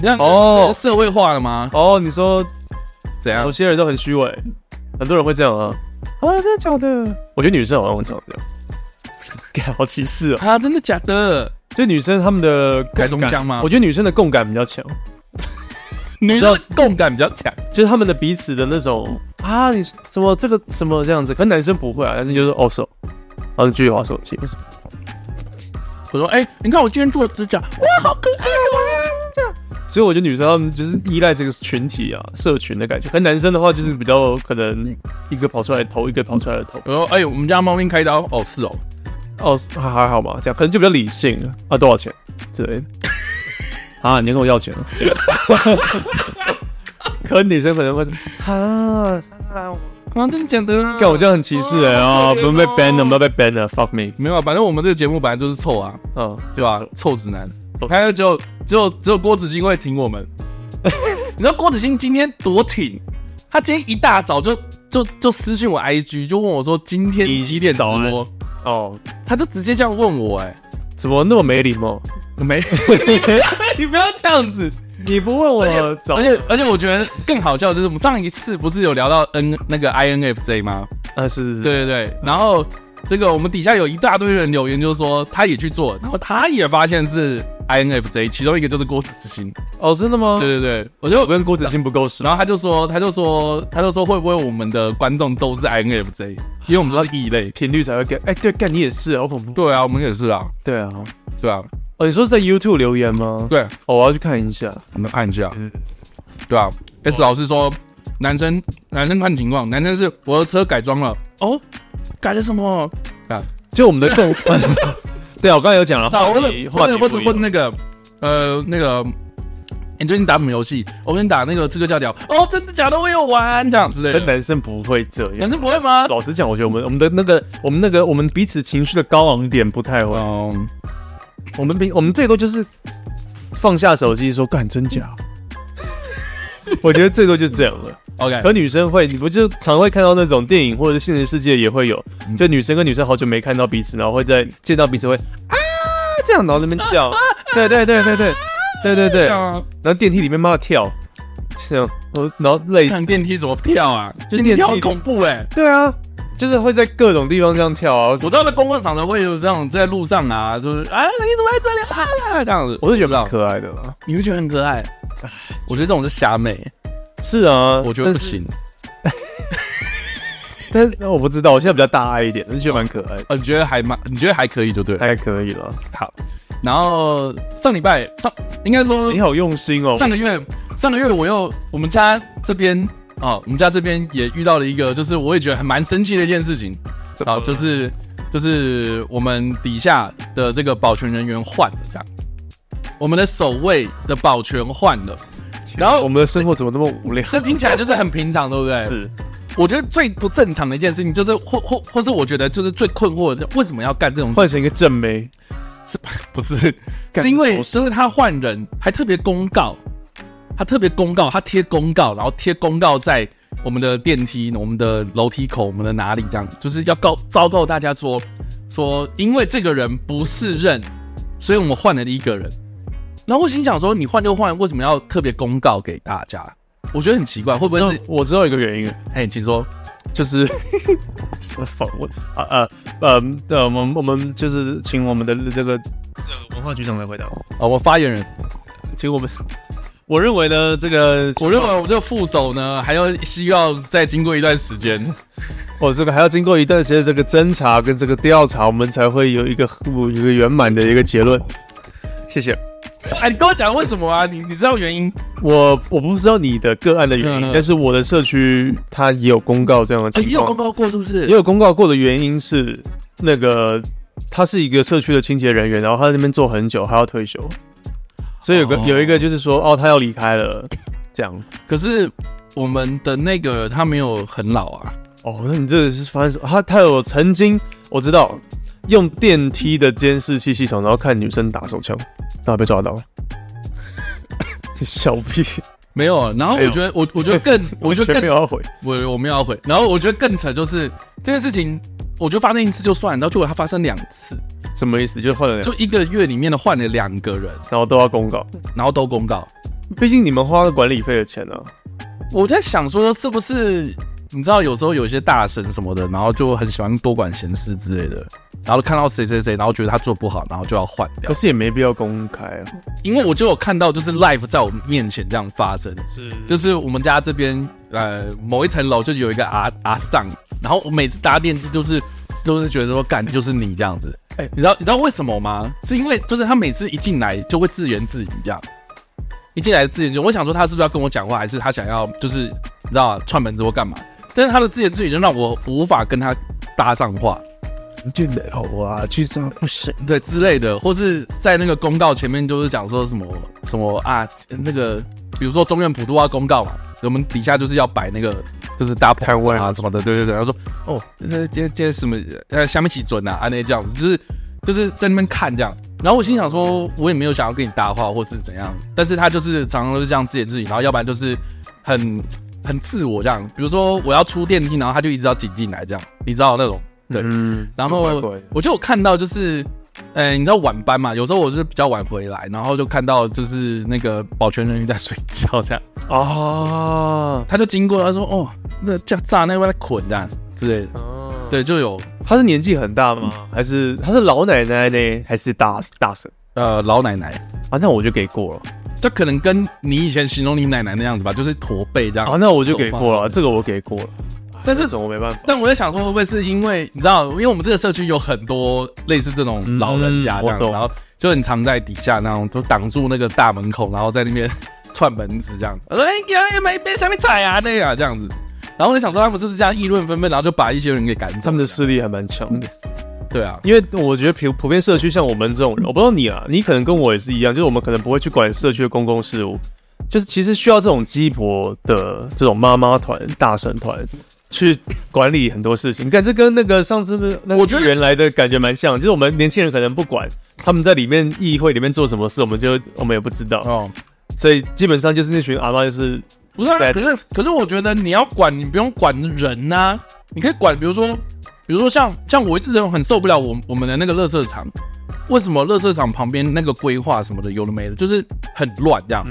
[SPEAKER 2] 这样
[SPEAKER 3] 哦
[SPEAKER 2] 这社会化了吗？
[SPEAKER 3] 哦，你说
[SPEAKER 2] 怎样
[SPEAKER 3] 有？些人都很虚伪，很多人会这样啊啊真的假的？我觉得女生好像会这样 (laughs) 这样。干好歧视哦！
[SPEAKER 2] 啊，真的假的？
[SPEAKER 3] 就女生她们的
[SPEAKER 2] 开中
[SPEAKER 3] 共感
[SPEAKER 2] 枪吗
[SPEAKER 3] 我觉得女生的共感比较强，
[SPEAKER 2] 你的共感比较强。
[SPEAKER 3] 就是她们的彼此的那种啊，你怎么这个什么这样子？可男生不会啊，男生就是哦手，然后就继续划手机。为什么
[SPEAKER 2] 我说，哎、你看我今天做的指甲，哇，好可爱哦哇！
[SPEAKER 3] 所以我觉得女生她们就是依赖这个群体啊，社群的感觉。可男生的话就是比较可能一个跑出来头，一个跑出来的头。
[SPEAKER 2] 我说，哎、我们家猫咪开刀，哦，是哦，
[SPEAKER 3] 哦，还还好嘛，这样可能就比较理性啊。多少钱之类的？ (laughs) 啊，你要跟我要钱了？ (laughs) 可能女生可能会说啊，
[SPEAKER 2] 啊，真的假的、啊？
[SPEAKER 3] 干我这样很歧视人啊，
[SPEAKER 2] 哦
[SPEAKER 3] 我们被
[SPEAKER 2] 好可怜
[SPEAKER 3] ban
[SPEAKER 2] 哦
[SPEAKER 3] 了，我们要被 ban 了，fuck me，
[SPEAKER 2] 没有，啊反正我们这个节目本来就是臭啊，
[SPEAKER 3] 嗯，
[SPEAKER 2] 对吧？臭直男
[SPEAKER 3] 臭，
[SPEAKER 2] 还有只有只有只有郭子兴会挺我们。 (laughs) 你知道郭子兴今天多挺？他今天一大早就就就私信我 IG，就问我说今天
[SPEAKER 3] 你
[SPEAKER 2] 几点直
[SPEAKER 3] 早安
[SPEAKER 2] 播，
[SPEAKER 3] 哦，
[SPEAKER 2] 他就直接这样问我、
[SPEAKER 3] 怎么那么没礼貌？
[SPEAKER 2] 哎，没， (laughs) 你不要这样子。
[SPEAKER 3] (laughs) 你不问我早
[SPEAKER 2] 而且而且我觉得更好笑的就是我们上一次不是有聊到 N 那个 INFJ 吗？
[SPEAKER 3] (laughs) 啊，是是是，
[SPEAKER 2] 对对对，然后这个我们底下有一大堆人留言，就说他也去做，然后他也发现是 INFJ，其中一个就是郭子兴。
[SPEAKER 3] 哦，真的吗？
[SPEAKER 2] 对对对，我就
[SPEAKER 3] 我跟郭子兴不够熟，
[SPEAKER 2] 然后他就说，他就说，他就说会不会我们的观众都是 INFJ，因为我们都是异类。
[SPEAKER 3] 频率才会 get。哎，对，干你也是，好恐怖。
[SPEAKER 2] 对啊，我们也是啊，
[SPEAKER 3] 对啊，
[SPEAKER 2] 对啊，
[SPEAKER 3] 哦，你说是在 YouTube 留言吗？
[SPEAKER 2] 对，
[SPEAKER 3] 哦，我要去看一下。
[SPEAKER 2] 我们看一下
[SPEAKER 3] 嗯，
[SPEAKER 2] 对啊。S 老师说，男生男生看情况，男生是我的车改装了，哦，改了什么？啊，
[SPEAKER 3] 就我们的共， (laughs) 对啊，我刚才有
[SPEAKER 2] (laughs)
[SPEAKER 3] 讲了，
[SPEAKER 2] 啊，
[SPEAKER 3] 话
[SPEAKER 2] 或者
[SPEAKER 3] 题话
[SPEAKER 2] 或
[SPEAKER 3] 题
[SPEAKER 2] 者
[SPEAKER 3] 不一
[SPEAKER 2] 或者
[SPEAKER 3] 样
[SPEAKER 2] 或者那个，呃，那个，你最近打什么游戏？我跟你打那个刺客教条。哦，真的假的？我有玩这样之类
[SPEAKER 3] 跟
[SPEAKER 2] 的。
[SPEAKER 3] 男生不会这
[SPEAKER 2] 男
[SPEAKER 3] 样。
[SPEAKER 2] 生不会吗？
[SPEAKER 3] 老实讲，我觉得我们我们的那个我们那个我们彼此情绪的高昂点不太会，
[SPEAKER 2] 嗯，
[SPEAKER 3] 我们比我们最多就是放下手机说干真假， (laughs) 我觉得最多就这样了。
[SPEAKER 2] OK，
[SPEAKER 3] 可女生会，你不就常会看到那种电影或者是现实世界也会有，就女生跟女生好久没看到彼此，然后会在见到彼此会啊这样，然后在那边叫，对对对对对对对对，
[SPEAKER 2] 这
[SPEAKER 3] 然
[SPEAKER 2] 样啊，
[SPEAKER 3] 后电梯里面妈跳，这样，我然后累死
[SPEAKER 2] 看，电梯怎么跳啊？
[SPEAKER 3] 就
[SPEAKER 2] 电梯
[SPEAKER 3] 电
[SPEAKER 2] 跳
[SPEAKER 3] 梯
[SPEAKER 2] 很恐怖哎。
[SPEAKER 3] 对啊，就是会在各种地方这样跳啊，
[SPEAKER 2] 我知道在公共场合会有这种在路上啊，就是啊，你怎么在这里啊啊？这样子，
[SPEAKER 3] 我是觉得
[SPEAKER 2] 不知道
[SPEAKER 3] 蛮可爱的啦。
[SPEAKER 2] 你会觉得很可爱。我觉得这种是虾妹，
[SPEAKER 3] 是啊，
[SPEAKER 2] 我觉得不行。
[SPEAKER 3] 但是，但是哦我不知道，我现在比较大爱一点，就觉得蛮可爱的，
[SPEAKER 2] 呃，你觉得还蛮，你觉得还可以就对了。
[SPEAKER 3] 还可以啊了。
[SPEAKER 2] 好，然后上礼拜上应该说
[SPEAKER 3] 你好用心哦，
[SPEAKER 2] 上个月，上个月我又我们家这边哦，我们家这边也遇到了一个，就是我也觉得还蛮生气的一件事情。好，就是就是我们底下的这个保全人员换了，这样，我们的守卫的保全换了，然后
[SPEAKER 3] 我们的生活怎么那么无聊？
[SPEAKER 2] 这听起来就是很平常，对不对？。
[SPEAKER 3] 是，
[SPEAKER 2] 我觉得最不正常的一件事情，就是或或或是我觉得就是最困惑的，为什么要干这种事？
[SPEAKER 3] 换成一个正妹，
[SPEAKER 2] 是不是？
[SPEAKER 3] 干
[SPEAKER 2] 是因
[SPEAKER 3] 什
[SPEAKER 2] 为
[SPEAKER 3] 么事
[SPEAKER 2] 就是他换人，还特别公告，他特别公告，他贴公告，然后贴公告在我们的电梯、我们的楼梯口、我们的哪里这样，就是要告昭告大家说说，因为这个人不是任，所以我们换了一个人。然后我心想说，你换就换，为什么要特别公告给大家？我觉得很奇怪，会不会
[SPEAKER 3] 我知？
[SPEAKER 2] 是
[SPEAKER 3] 道我知道一个原因，
[SPEAKER 2] 哎，请说。
[SPEAKER 3] 就是 (laughs) 什么访问啊呃呃呃，我们我们就是请我们的这个呃文化局长来回答，
[SPEAKER 2] 哦，我发言人，
[SPEAKER 3] 请我们。我认为呢，这个
[SPEAKER 2] 我认为我们这个副手呢，还要需要再经过一段时间。
[SPEAKER 3] 哦，这个还要经过一段时间的这个侦查跟这个调查，我们才会有一个有一个圆满的一个结论。谢谢。
[SPEAKER 2] (laughs) 哎，你跟我讲为什么啊？你你知道原因？
[SPEAKER 3] 我我不知道你的个案的原因，
[SPEAKER 2] 嗯嗯
[SPEAKER 3] 但是我的社区它也有公告这样的
[SPEAKER 2] 啊，
[SPEAKER 3] 情
[SPEAKER 2] 也
[SPEAKER 3] 况，
[SPEAKER 2] 有公告过是不是？
[SPEAKER 3] 也有公告过的原因是那个他是一个社区的清洁人员，然后他在那边做很久，他要退休，所以有个、
[SPEAKER 2] 哦
[SPEAKER 3] 有一个就是说哦，他要离开了这样。
[SPEAKER 2] 可是我们的那个他没有很老啊，
[SPEAKER 3] 哦，那你这个是发生什么？他他有曾经我知道用电梯的监视器系统，然后看女生打手枪，然后被抓
[SPEAKER 2] (laughs)
[SPEAKER 3] 到了。小屁，
[SPEAKER 2] 没有。啊然后
[SPEAKER 3] 没
[SPEAKER 2] 我
[SPEAKER 3] 有
[SPEAKER 2] 觉得我我觉
[SPEAKER 3] (laughs)
[SPEAKER 2] 得更我觉得
[SPEAKER 3] 全没
[SPEAKER 2] 更
[SPEAKER 3] 有要回。
[SPEAKER 2] 我我们要悔。然后我觉得更扯就是这件事情，我觉得发生一次就算，了，然后结果它发生两次，
[SPEAKER 3] 什么意思？就是换了两，
[SPEAKER 2] 就一个月里面的换了两个人，
[SPEAKER 3] 然后都要公告。
[SPEAKER 2] 然后都公告。
[SPEAKER 3] 毕竟你们花了管理费的钱呢、啊。
[SPEAKER 2] (laughs) 我在想说是不是？你知道有时候有一些大神什么的，然后就很喜欢多管闲事之类的，然后看到谁谁谁，然后觉得他做不好，然后就要换掉
[SPEAKER 3] 可。是也没必要公开啊。
[SPEAKER 2] 因为我就有看到，就是 live 在我面前这样发生，
[SPEAKER 4] 是
[SPEAKER 2] 就是我们家这边呃某一层楼就有一个阿阿丧，然后我每次搭电梯就是就是觉得说干就是你这样子，哎、
[SPEAKER 3] 哎
[SPEAKER 2] 你知道你知道为什么吗？是因为就是他每次一进来就会自言自语这样，一进来自言自语，我想说他是不是要跟我讲话，还是他想要就是你知道串门子或干嘛？但是他的自言自语就让我无法跟他搭上话，
[SPEAKER 3] 进来好啊，去上不行。
[SPEAKER 2] 对之类的，或是在那个公告前面就是讲说什么什么啊，那个比如说中院普渡啊公告嘛，我们底下就是要摆那个就是搭台湾啊什么的，对对对，然后说哦，这这这什么呃下面几准啊，啊那这样子，就是就是在那边看这样。然后我心想说，我也没有想要跟你搭话或是怎样，但是他就是常常都是这样自言自语，然后要不然就是很很自我这样，比如说我要出电梯，然后他就一直要挤进来这样，你知道那种对。
[SPEAKER 3] 嗯，
[SPEAKER 2] 然
[SPEAKER 3] 怪
[SPEAKER 2] 后
[SPEAKER 3] 怪的
[SPEAKER 2] 我就有看到就是，呃，你知道晚班嘛？有时候我是比较晚回来，然后就看到就是那个保全人员在睡觉，这样
[SPEAKER 3] 啊，
[SPEAKER 2] 他就经过，他说：“哦，这叫炸那边在捆这样之类的。”对，就有
[SPEAKER 3] 她是年纪很大吗？还是她是老奶奶呢？还是大大婶？
[SPEAKER 2] 呃老奶奶，
[SPEAKER 3] 啊，那我就给过了。
[SPEAKER 2] 就可能跟你以前形容你奶奶那样子吧，就是驼背这样。哦
[SPEAKER 3] 啊，那我就给
[SPEAKER 2] 手放
[SPEAKER 3] 过了，这个我给过了。
[SPEAKER 2] 但是
[SPEAKER 3] 这种我没办法。
[SPEAKER 2] 但我在想说，会不会是因为你知道，因为我们这个社区有很多类似这种老人家这样，
[SPEAKER 3] 嗯我懂
[SPEAKER 2] 然后就很常在底下那种，都挡住那个大门口，然后在那边串门子这样。我说：“哎、你给他买一杯下面踩啊，那样这样子。”然后我就想说，他们是不是这样议论纷纷，然后就把一些人给赶走？
[SPEAKER 3] 他们的势力还蛮强的，
[SPEAKER 2] 对啊，
[SPEAKER 3] 因为我觉得普普遍社区像我们这种人，我不知道你啊，你可能跟我也是一样，就是我们可能不会去管社区的公共事务，就是其实需要这种鸡婆的这种妈妈团、大神团去管理很多事情。你看，这跟那个上次的那
[SPEAKER 2] 我觉得
[SPEAKER 3] 原来的感觉蛮像，就是我们年轻人可能不管他们在里面议会里面做什么事，我们就我们也不知道，
[SPEAKER 2] 哦，
[SPEAKER 3] 所以基本上就是那群阿妈就是
[SPEAKER 2] 不是、啊，
[SPEAKER 3] 在
[SPEAKER 2] 可是可是我觉得你要管，你不用管人呐、你可以管，比如说，比如说像像我一直很受不了我我们的那个垃圾场，为什么垃圾场旁边那个规划什么的有的没的，就是很乱这样，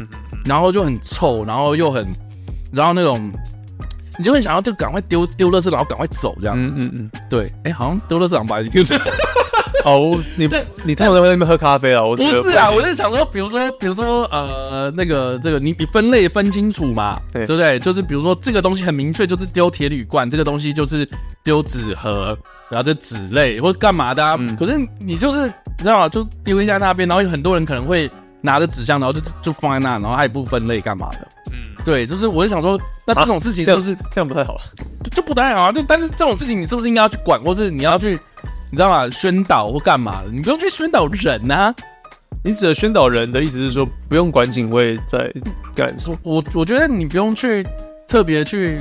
[SPEAKER 2] 然后就很臭，然后又很，然后那种。你就会想要就赶快丢丢垃圾，然后赶快走这样。
[SPEAKER 3] 嗯嗯嗯，
[SPEAKER 2] 对，哎、好像丢垃圾场吧，就是
[SPEAKER 3] 哦，你
[SPEAKER 2] 对
[SPEAKER 3] 你太晚在那边喝咖啡了，我
[SPEAKER 2] 不
[SPEAKER 3] 觉得
[SPEAKER 2] 是啊，我在想说，比如说，比如说，呃，那个这个你你分类分清楚嘛，
[SPEAKER 3] 对
[SPEAKER 2] 对不对？就是比如说这个东西很明确，就是丢铁铝罐，这个东西就是丢纸盒，然后这纸类或干嘛的、啊。
[SPEAKER 3] 嗯
[SPEAKER 2] 可是你就是你知道吗？就丢一下那边，然后有很多人可能会拿着纸箱，然后就就放在那，然后他也不分类干嘛的。
[SPEAKER 4] 嗯，
[SPEAKER 2] 对，就是我就想说，那这种事情是不是、
[SPEAKER 3] 这样不太好。
[SPEAKER 2] 就就不太好啊？就但是这种事情你是不是应该要去管，或是你要去你知道吗？宣导或干嘛的？你不用去宣导人啊。
[SPEAKER 3] 你指的宣导人的意思是说，不用管警卫在干什么？
[SPEAKER 2] 我我我觉得你不用去特别去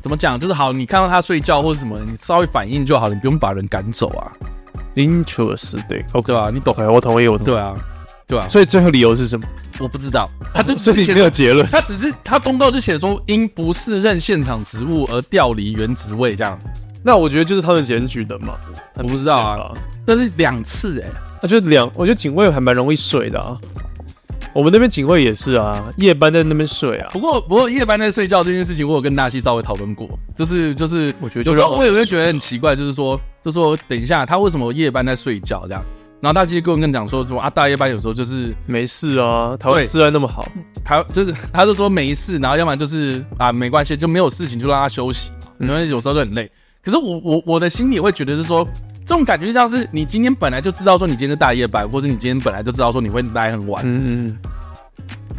[SPEAKER 2] 怎么讲，就是好，你看到他睡觉或者什么，你稍微反应就好，你不用把人赶走啊，
[SPEAKER 3] 嗯 Interesting。OK，
[SPEAKER 2] 对吧、你懂？
[SPEAKER 3] OK，我同意，我同意。
[SPEAKER 2] 对啊，对啊，
[SPEAKER 3] 所以最后理由是什么？
[SPEAKER 2] 我不知道，他就
[SPEAKER 3] (laughs) 所以你没有结论。
[SPEAKER 2] 他只是他公告就写说因不适任现场职务而调离原职位这样，
[SPEAKER 3] 那我觉得就是他们检举的嘛。我
[SPEAKER 2] 不知道
[SPEAKER 3] 哦
[SPEAKER 2] 啊，但是两次哎、
[SPEAKER 3] 那就两，我觉得警卫还蛮容易睡的啊。我们那边警卫也是啊，夜班在那边睡啊。
[SPEAKER 2] 不过不过夜班在睡觉这件事情，我有跟纳西稍微讨论过，就是就是
[SPEAKER 3] 我觉得就
[SPEAKER 2] 有时
[SPEAKER 3] 让
[SPEAKER 2] 候我也会觉得很奇怪，就是说就是说等一下他为什么夜班在睡觉这样，然后他其实跟我跟讲说说啊大夜班有时候就是
[SPEAKER 3] 没事啊，台湾
[SPEAKER 2] 对
[SPEAKER 3] 治安那么好。
[SPEAKER 2] 他就是他就说没事，然后要不然就是啊没关系，就没有事情就让他休息，
[SPEAKER 3] 嗯
[SPEAKER 2] 因为有时候就很累。可是我我我的心里会觉得是说，这种感觉就像是你今天本来就知道说你今天是大夜班，或者你今天本来就知道说你会待很晚，
[SPEAKER 3] 嗯嗯，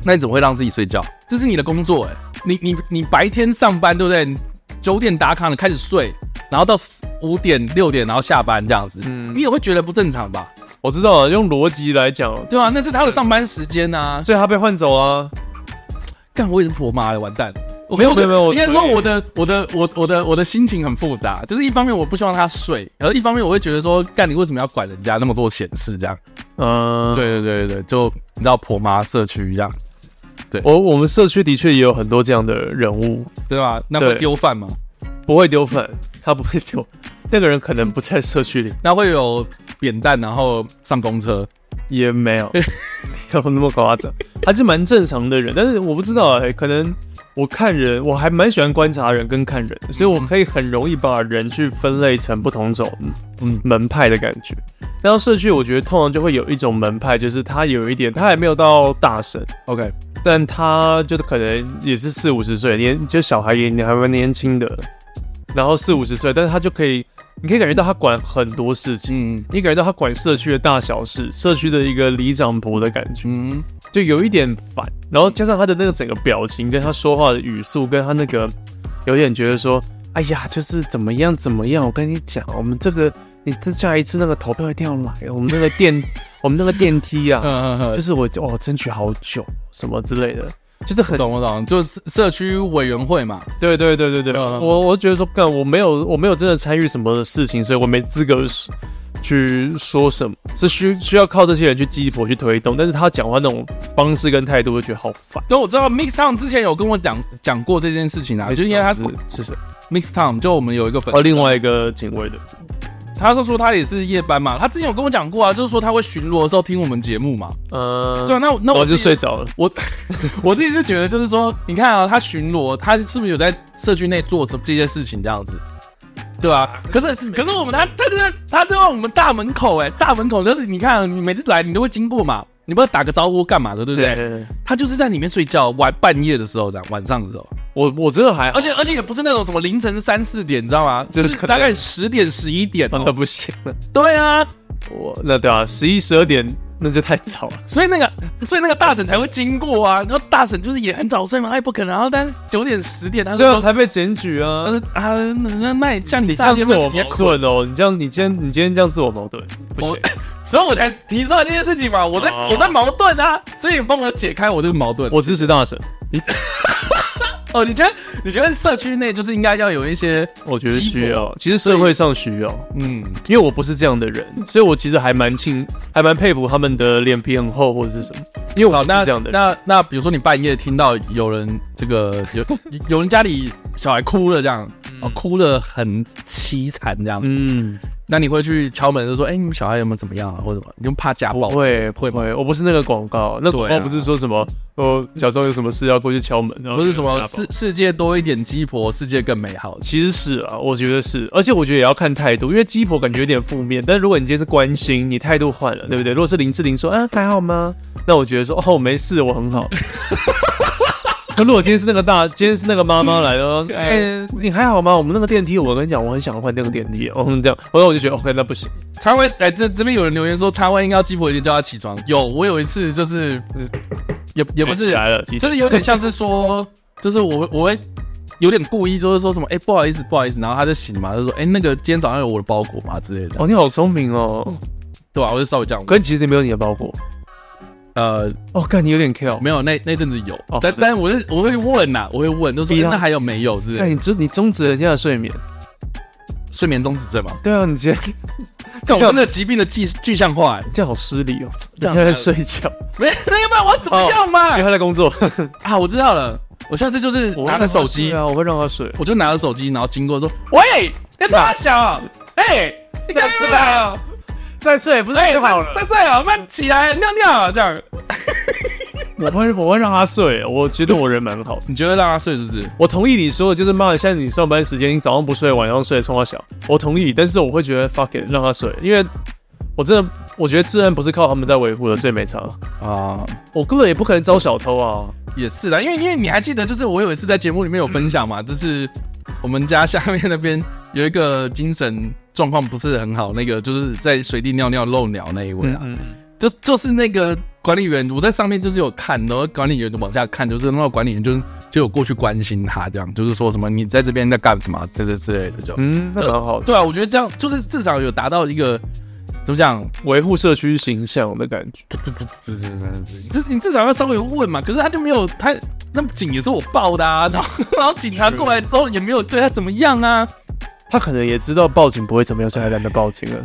[SPEAKER 2] 那你怎么会让自己睡觉？这是你的工作哎、你你你白天上班对不对？九点打卡了开始睡，然后到五点六点然后下班这样子，
[SPEAKER 3] 嗯
[SPEAKER 2] 你也会觉得不正常吧？
[SPEAKER 3] 我知道啊，用逻辑来讲，
[SPEAKER 2] 对啊吧、那是他的上班时间啊。
[SPEAKER 3] 所以他被换走啊。
[SPEAKER 2] 干，我也是婆妈了，完蛋。我
[SPEAKER 3] 没有
[SPEAKER 2] 我就
[SPEAKER 3] 没有没有
[SPEAKER 2] 应该
[SPEAKER 3] 我
[SPEAKER 2] 说我的我的我我的我的心情很复杂，就是一方面我不希望他睡，然后一方面我会觉得说，干你为什么要管人家那么多闲事这样？
[SPEAKER 3] 嗯，
[SPEAKER 2] 对对对对对，就你知道婆妈社区这样，
[SPEAKER 3] (laughs) 我我们社区的确也有很多这样的人物。
[SPEAKER 2] 对吧？那
[SPEAKER 3] 对
[SPEAKER 2] 会丢饭吗？
[SPEAKER 3] 不会丢粉，他不会丢。那个人可能不在社区里，
[SPEAKER 2] 那会有扁担然后上公车？
[SPEAKER 3] 也没有没有那么夸张，他是蛮正常的人。但是我不知道、欸，可能我看人，我还蛮喜欢观察人跟看人的，所以我可以很容易把人去分类成不同种
[SPEAKER 2] 嗯
[SPEAKER 3] 门派的感觉。那到社区，我觉得通常就会有一种门派，就是他有一点，他还没有到大神，
[SPEAKER 2] ，OK，
[SPEAKER 3] 但他就是可能也是四五十岁，年就小孩也还蛮年轻的，然后四五十岁，但是他就可以，你可以感觉到他管很多事情，
[SPEAKER 2] 嗯
[SPEAKER 3] 你感觉到他管社区的大小事，社区的一个里长伯的感觉，
[SPEAKER 2] 嗯
[SPEAKER 3] 就有一点烦。然后加上他的那个整个表情，跟他说话的语速，跟他那个有点觉得说，哎呀，就是怎么样怎么样，我跟你讲，我们这个你这下一次那个投票一定要来，我们那个电我们那个电梯啊，
[SPEAKER 2] 嗯
[SPEAKER 3] 就
[SPEAKER 2] 嗯，
[SPEAKER 3] 是我哦争取好久什么之类的，就是很
[SPEAKER 2] 懂我懂，就是社区委员会嘛，
[SPEAKER 3] 对对对对对，啊
[SPEAKER 2] 嗯
[SPEAKER 3] 我我觉得说干我没有我没有真的参与什么事情，所以我没资格说去说什么，是需需要靠这些人去激活去推动，但是他讲话那种方式跟态度，我就觉得好烦。
[SPEAKER 2] 对，我知道 Mix Town 之前有跟我讲讲过这件事情啊，就是因为他
[SPEAKER 3] 是是谁？
[SPEAKER 2] Mix Town 就我们有一个粉丝
[SPEAKER 3] 哦，另外一个警卫的，
[SPEAKER 2] 他就说他也是夜班嘛，他之前有跟我讲过啊，就是说他会巡逻的时候听我们节目嘛。
[SPEAKER 3] 嗯，
[SPEAKER 2] 对啊，那我那
[SPEAKER 3] 我
[SPEAKER 2] 我
[SPEAKER 3] 就
[SPEAKER 2] 自己
[SPEAKER 3] 睡着了。
[SPEAKER 2] 我 (laughs) 我自己是觉得就是说，你看啊，他巡逻，他是不是有在社区内做什么这些事情这样子？对啊，可是可是我们他他就在他就在我们大门口哎、大门口就是你看啊、你每次来你都会经过嘛，你不知道打个招呼干嘛的，对不对？
[SPEAKER 3] 对，
[SPEAKER 2] 他就是在里面睡觉，晚半夜的时候这样，晚上的时候，
[SPEAKER 3] 我我真的还好
[SPEAKER 2] 而，且而且也不是那种什么凌晨三四点，你知道吗？
[SPEAKER 3] 这
[SPEAKER 2] 就是是
[SPEAKER 3] 可能
[SPEAKER 2] 大概十点十一点、
[SPEAKER 3] 啊那
[SPEAKER 2] 哦。
[SPEAKER 3] 不行了。
[SPEAKER 2] 对啊，
[SPEAKER 3] 我那对啊，十一十二点那就太早了。
[SPEAKER 2] 所以那个，所以那个大婶才会经过啊。然后大婶就是也很早睡嘛，哎，不可能。然后但是九点十点，她
[SPEAKER 3] 最后
[SPEAKER 2] 说，
[SPEAKER 3] 才被检举啊
[SPEAKER 2] 她！说啊，那那那你这样你
[SPEAKER 3] 你这样
[SPEAKER 2] 炸裂
[SPEAKER 3] 自我
[SPEAKER 2] 你要
[SPEAKER 3] 矛盾哦，你这样你今天你今天这样自我矛盾不行
[SPEAKER 2] 我。所以我才提出来这件事情嘛。我在、
[SPEAKER 3] 哦
[SPEAKER 2] 我在矛盾啊，所以你帮我解开我这个矛盾。
[SPEAKER 3] 我支持大神，
[SPEAKER 2] 哦，你觉得你觉得社区内就是应该要有一些，
[SPEAKER 3] 我觉得
[SPEAKER 2] 鸡
[SPEAKER 3] 需
[SPEAKER 2] 婆
[SPEAKER 3] 要，其实社会上需要，
[SPEAKER 2] 嗯，
[SPEAKER 3] 因为我不是这样的人，所以我其实还蛮庆，还蛮佩服他们的脸皮很厚或者是什么，因为我
[SPEAKER 2] 好，
[SPEAKER 3] 不是
[SPEAKER 2] 那
[SPEAKER 3] 这样的人。
[SPEAKER 2] 那那比如说你半夜听到有人这个有有人家里小孩哭了这样，哦，哭了很凄惨这样，
[SPEAKER 3] 嗯，
[SPEAKER 2] 那你会去敲门就说，哎、你们小孩有没有怎么样啊，或者什么？你们怕家暴？
[SPEAKER 3] 不哦会不
[SPEAKER 2] 会吗
[SPEAKER 3] 会，我不是那个广告，那广
[SPEAKER 2] 对
[SPEAKER 3] 告
[SPEAKER 2] 啊
[SPEAKER 3] 不是说什么哦，假装有什么事要过去敲门，然后
[SPEAKER 2] 不是什么
[SPEAKER 3] 打包
[SPEAKER 2] 世世界多一点鸡婆，世界更美好。
[SPEAKER 3] 其实是啊，我觉得是，而且我觉得也要看态度，因为鸡婆感觉有点负面，但如果你今天是关心，你态度换了，对不对？如果是林志玲说啊还好吗，那我觉得说哦没事，我很好。 (laughs) 可如果今天是那个大，今天是那个妈妈来了，哎、你还好吗？我们那个电梯，我跟你讲，我很想换那个电梯，哦，这样， (laughs) 然后我就觉得 OK，那不行，
[SPEAKER 2] 插位，哎、这这边有人留言说插位应该要鸡婆一点叫他起床。有，我有一次就是，也也不
[SPEAKER 3] 起
[SPEAKER 2] 是，
[SPEAKER 3] 来了，其实
[SPEAKER 2] 就是有点像是说， (laughs) 就是我我会有点故意，就是说什么，哎、不好意思，不好意思，然后他就醒嘛，他就说，哎、那个今天早上有我的包裹嘛之类的，
[SPEAKER 3] 哦，你好聪明哦，
[SPEAKER 2] 对吧、我就稍微这样，
[SPEAKER 3] 可是其实你没有你的包裹，
[SPEAKER 2] 呃，
[SPEAKER 3] 哦，看你有点 care，
[SPEAKER 2] 没有，那那阵子有，
[SPEAKER 3] 哦
[SPEAKER 2] 但但我是我会问呐、我会问，就说、
[SPEAKER 3] 逼他
[SPEAKER 2] 哎那还有没有之类
[SPEAKER 3] 看
[SPEAKER 2] 的，
[SPEAKER 3] 你终你终止人家的睡眠，
[SPEAKER 2] 睡眠中止症嘛，
[SPEAKER 3] 对啊，你今天
[SPEAKER 2] 这种真的疾病的具具象化、哎
[SPEAKER 3] 这样好失礼哦，
[SPEAKER 2] 这
[SPEAKER 3] 你
[SPEAKER 2] 样
[SPEAKER 3] 现在在睡觉，
[SPEAKER 2] 没，那要不然我怎么样
[SPEAKER 3] 因
[SPEAKER 2] 嘛？
[SPEAKER 3] 为他在工作。
[SPEAKER 2] 啊，我知道了，我下次就是
[SPEAKER 3] 我
[SPEAKER 2] 拿着手机，
[SPEAKER 3] 啊，我会让他睡。
[SPEAKER 2] 我就拿着手机，然后经过说，喂，你大小啊，哎，你干嘛啊？
[SPEAKER 3] 再睡不是
[SPEAKER 2] 哎，在这啊，慢起来，尿尿啊，这样，
[SPEAKER 3] 我会我会让他睡，我觉得我人蛮好的。
[SPEAKER 2] 你觉得让他睡是不是？
[SPEAKER 3] 我同意你说的，就是妈的，现在你上班时间，你早上不睡，晚上睡，冲他小，我同意。但是我会觉得 fuck it，让他睡，因为我真的我觉得治安不是靠他们在维护的，所以没差。
[SPEAKER 2] 啊、
[SPEAKER 3] 我根本也不可能招小偷啊。
[SPEAKER 2] 也是啦，因为因为你还记得，就是我有一次在节目里面有分享嘛，就是我们家下面那边有一个精神状况不是很好，那个就是在随地尿尿漏尿那一位啊，
[SPEAKER 3] 嗯
[SPEAKER 2] 就就是那个管理员，我在上面就是有看，然后管理员就往下看，就是那个管理员就就有过去关心他，这样就是说什么你在这边在干什么，这这之类的就，
[SPEAKER 3] 嗯，那蛮好的，
[SPEAKER 2] 对啊，我觉得这样就是至少有达到一个怎么讲，
[SPEAKER 3] 维护社区形象的感觉。
[SPEAKER 2] 这你至少要稍微问嘛，可是他就没有他那警也是我报的啊，然后然后警察过来之后也没有对他怎么样啊，
[SPEAKER 3] 他可能也知道报警不会怎么样，所以还懒得报警了，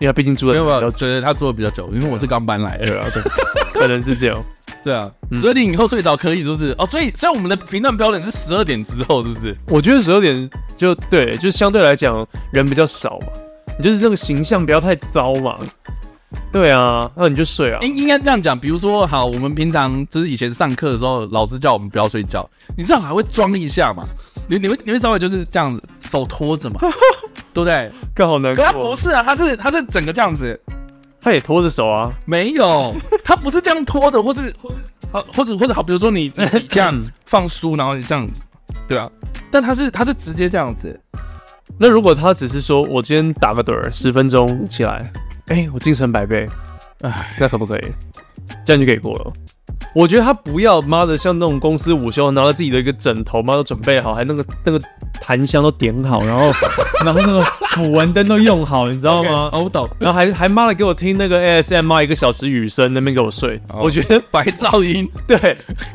[SPEAKER 3] 因为他毕竟住
[SPEAKER 2] 没
[SPEAKER 3] 在
[SPEAKER 2] 有
[SPEAKER 3] 比
[SPEAKER 2] 没有，
[SPEAKER 3] 较
[SPEAKER 2] 觉得他做的比较久，因为我是刚搬来的，
[SPEAKER 3] 对啊，对，嗯可能啊是这样。
[SPEAKER 2] (laughs) 对啊，十二点以后睡着可以，是不是？哦，所以所以我们的评断标准是十二点之后，是不是？
[SPEAKER 3] 我觉得十二点就对，就是相对来讲人比较少嘛，你就是那个形象不要太糟嘛。对啊，那你就睡啊。
[SPEAKER 2] 哎应应该这样讲，比如说，好，我们平常就是以前上课的时候，老师叫我们不要睡觉，你至少还会装一下嘛。你你会你会稍微就是这样子，手托 (laughs) 着嘛，对不对？
[SPEAKER 3] 更好难
[SPEAKER 2] 可
[SPEAKER 3] 过。
[SPEAKER 2] 他不是啊，他是他是整个这样子，
[SPEAKER 3] 他也拖着手啊，
[SPEAKER 2] 没有， (laughs) 他不是这样拖着，或是或好或者或者好，比如说你你你这 (laughs) 样放书，然后你这样，对啊，但他是他是直接这样子，
[SPEAKER 3] 那如果他只是说我今天打个盹儿十分钟起来，哎、我精神百倍，
[SPEAKER 2] 唉，
[SPEAKER 3] 那可不可以？这样就可以过了。我觉得他不要妈的像那种公司午休，拿到自己的一个枕头，妈都准备好，还那个那个檀香都点好，然后 (laughs) 然后那个捕蚊灯都用好，你知道吗
[SPEAKER 2] 哎哦 OK，我懂，
[SPEAKER 3] 然后还还妈的给我听那个 ASMR 一个小时雨声，那边给我睡。
[SPEAKER 2] 哦
[SPEAKER 3] 我觉得 (laughs)
[SPEAKER 2] 白噪音，
[SPEAKER 3] 对，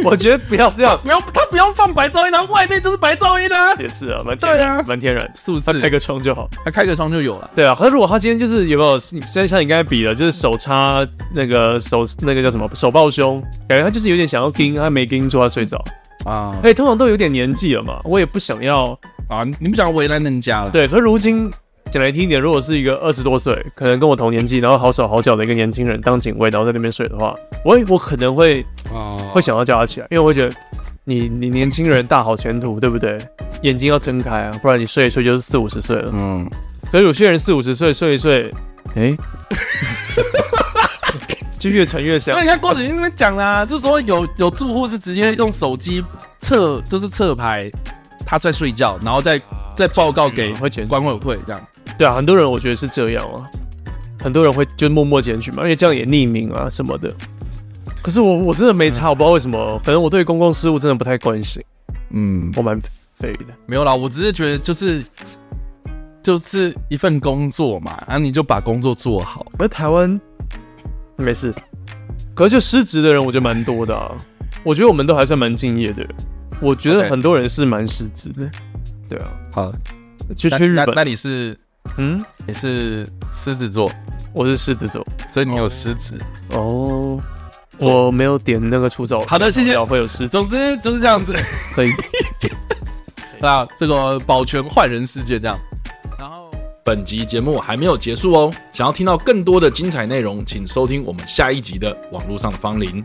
[SPEAKER 3] 我觉得不要这样， (laughs)
[SPEAKER 2] 不要他不要放白噪音啊，外面就是白噪音啊，
[SPEAKER 3] 也是啊，蛮天然
[SPEAKER 2] 对啊
[SPEAKER 3] 蛮天然，
[SPEAKER 2] 是不
[SPEAKER 3] 他
[SPEAKER 2] (laughs)
[SPEAKER 3] 开
[SPEAKER 2] 是？
[SPEAKER 3] 个窗就好。
[SPEAKER 2] 他开个窗就有了，
[SPEAKER 3] 对啊，可是如果他今天就是有没有像像你刚才比的，就是手插那个手那个叫什么手抱胸，感觉他就是有点想要盯，他没盯住，他睡着。
[SPEAKER 2] 啊
[SPEAKER 3] 哎、通常都有点年纪了嘛，我也不想要。
[SPEAKER 2] 啊，你们想为难人家了，
[SPEAKER 3] 对，可是如今讲来听一点，如果是一个二十多岁，可能跟我同年纪，然后好手好脚的一个年轻人当警卫，然后在那边睡的话，我也我可能会
[SPEAKER 2] 啊，
[SPEAKER 3] 会想要叫他起来，因为我会觉得你你年轻人大好前途，对不对？眼睛要睁开啊，不然你睡一睡就是四五十岁了。
[SPEAKER 2] 嗯，
[SPEAKER 3] 可是有些人四五十岁睡一睡，哎、 (laughs) 就越沉越香
[SPEAKER 2] 那。你看郭子英那边讲啦，就说有有住户是直接用手机测，就是测牌，他在睡觉，然后再再报告给
[SPEAKER 3] 嗯会检举
[SPEAKER 2] 管委会这样。
[SPEAKER 3] 对啊，很多人我觉得是这样啊，很多人会就默默检举嘛，而且这样也匿名啊什么的。可是我我真的没差，我不知道为什么，可能我对公共事务真的不太关心，
[SPEAKER 2] 嗯，
[SPEAKER 3] 我蛮废的。
[SPEAKER 2] 没有啦，我只是觉得就是就是一份工作嘛，然、后你就把工作做好。
[SPEAKER 3] 可是台湾没事，可是就失职的人，我觉得蛮多的啊。我觉得我们都还算蛮敬业的人，我觉得
[SPEAKER 2] OK
[SPEAKER 3] 很多人是蛮失职的。对啊，
[SPEAKER 2] 好，
[SPEAKER 3] 就
[SPEAKER 2] 那
[SPEAKER 3] 去日
[SPEAKER 2] 那那
[SPEAKER 3] 本，
[SPEAKER 2] 你是
[SPEAKER 3] 嗯，
[SPEAKER 2] 你是狮子座，
[SPEAKER 3] 我是狮子座。
[SPEAKER 2] 所以你有狮子。
[SPEAKER 3] 哦，我没有点那个出走。
[SPEAKER 2] 好的谢谢
[SPEAKER 3] 我会有失踪，
[SPEAKER 2] 总之就是这样子。
[SPEAKER 3] 可以。
[SPEAKER 2] 那这个保全坏人世界这样。然后
[SPEAKER 4] 本集节目还没有结束哦，想要听到更多的精彩内容，请收听我们下一集的《网络上的芳龄》。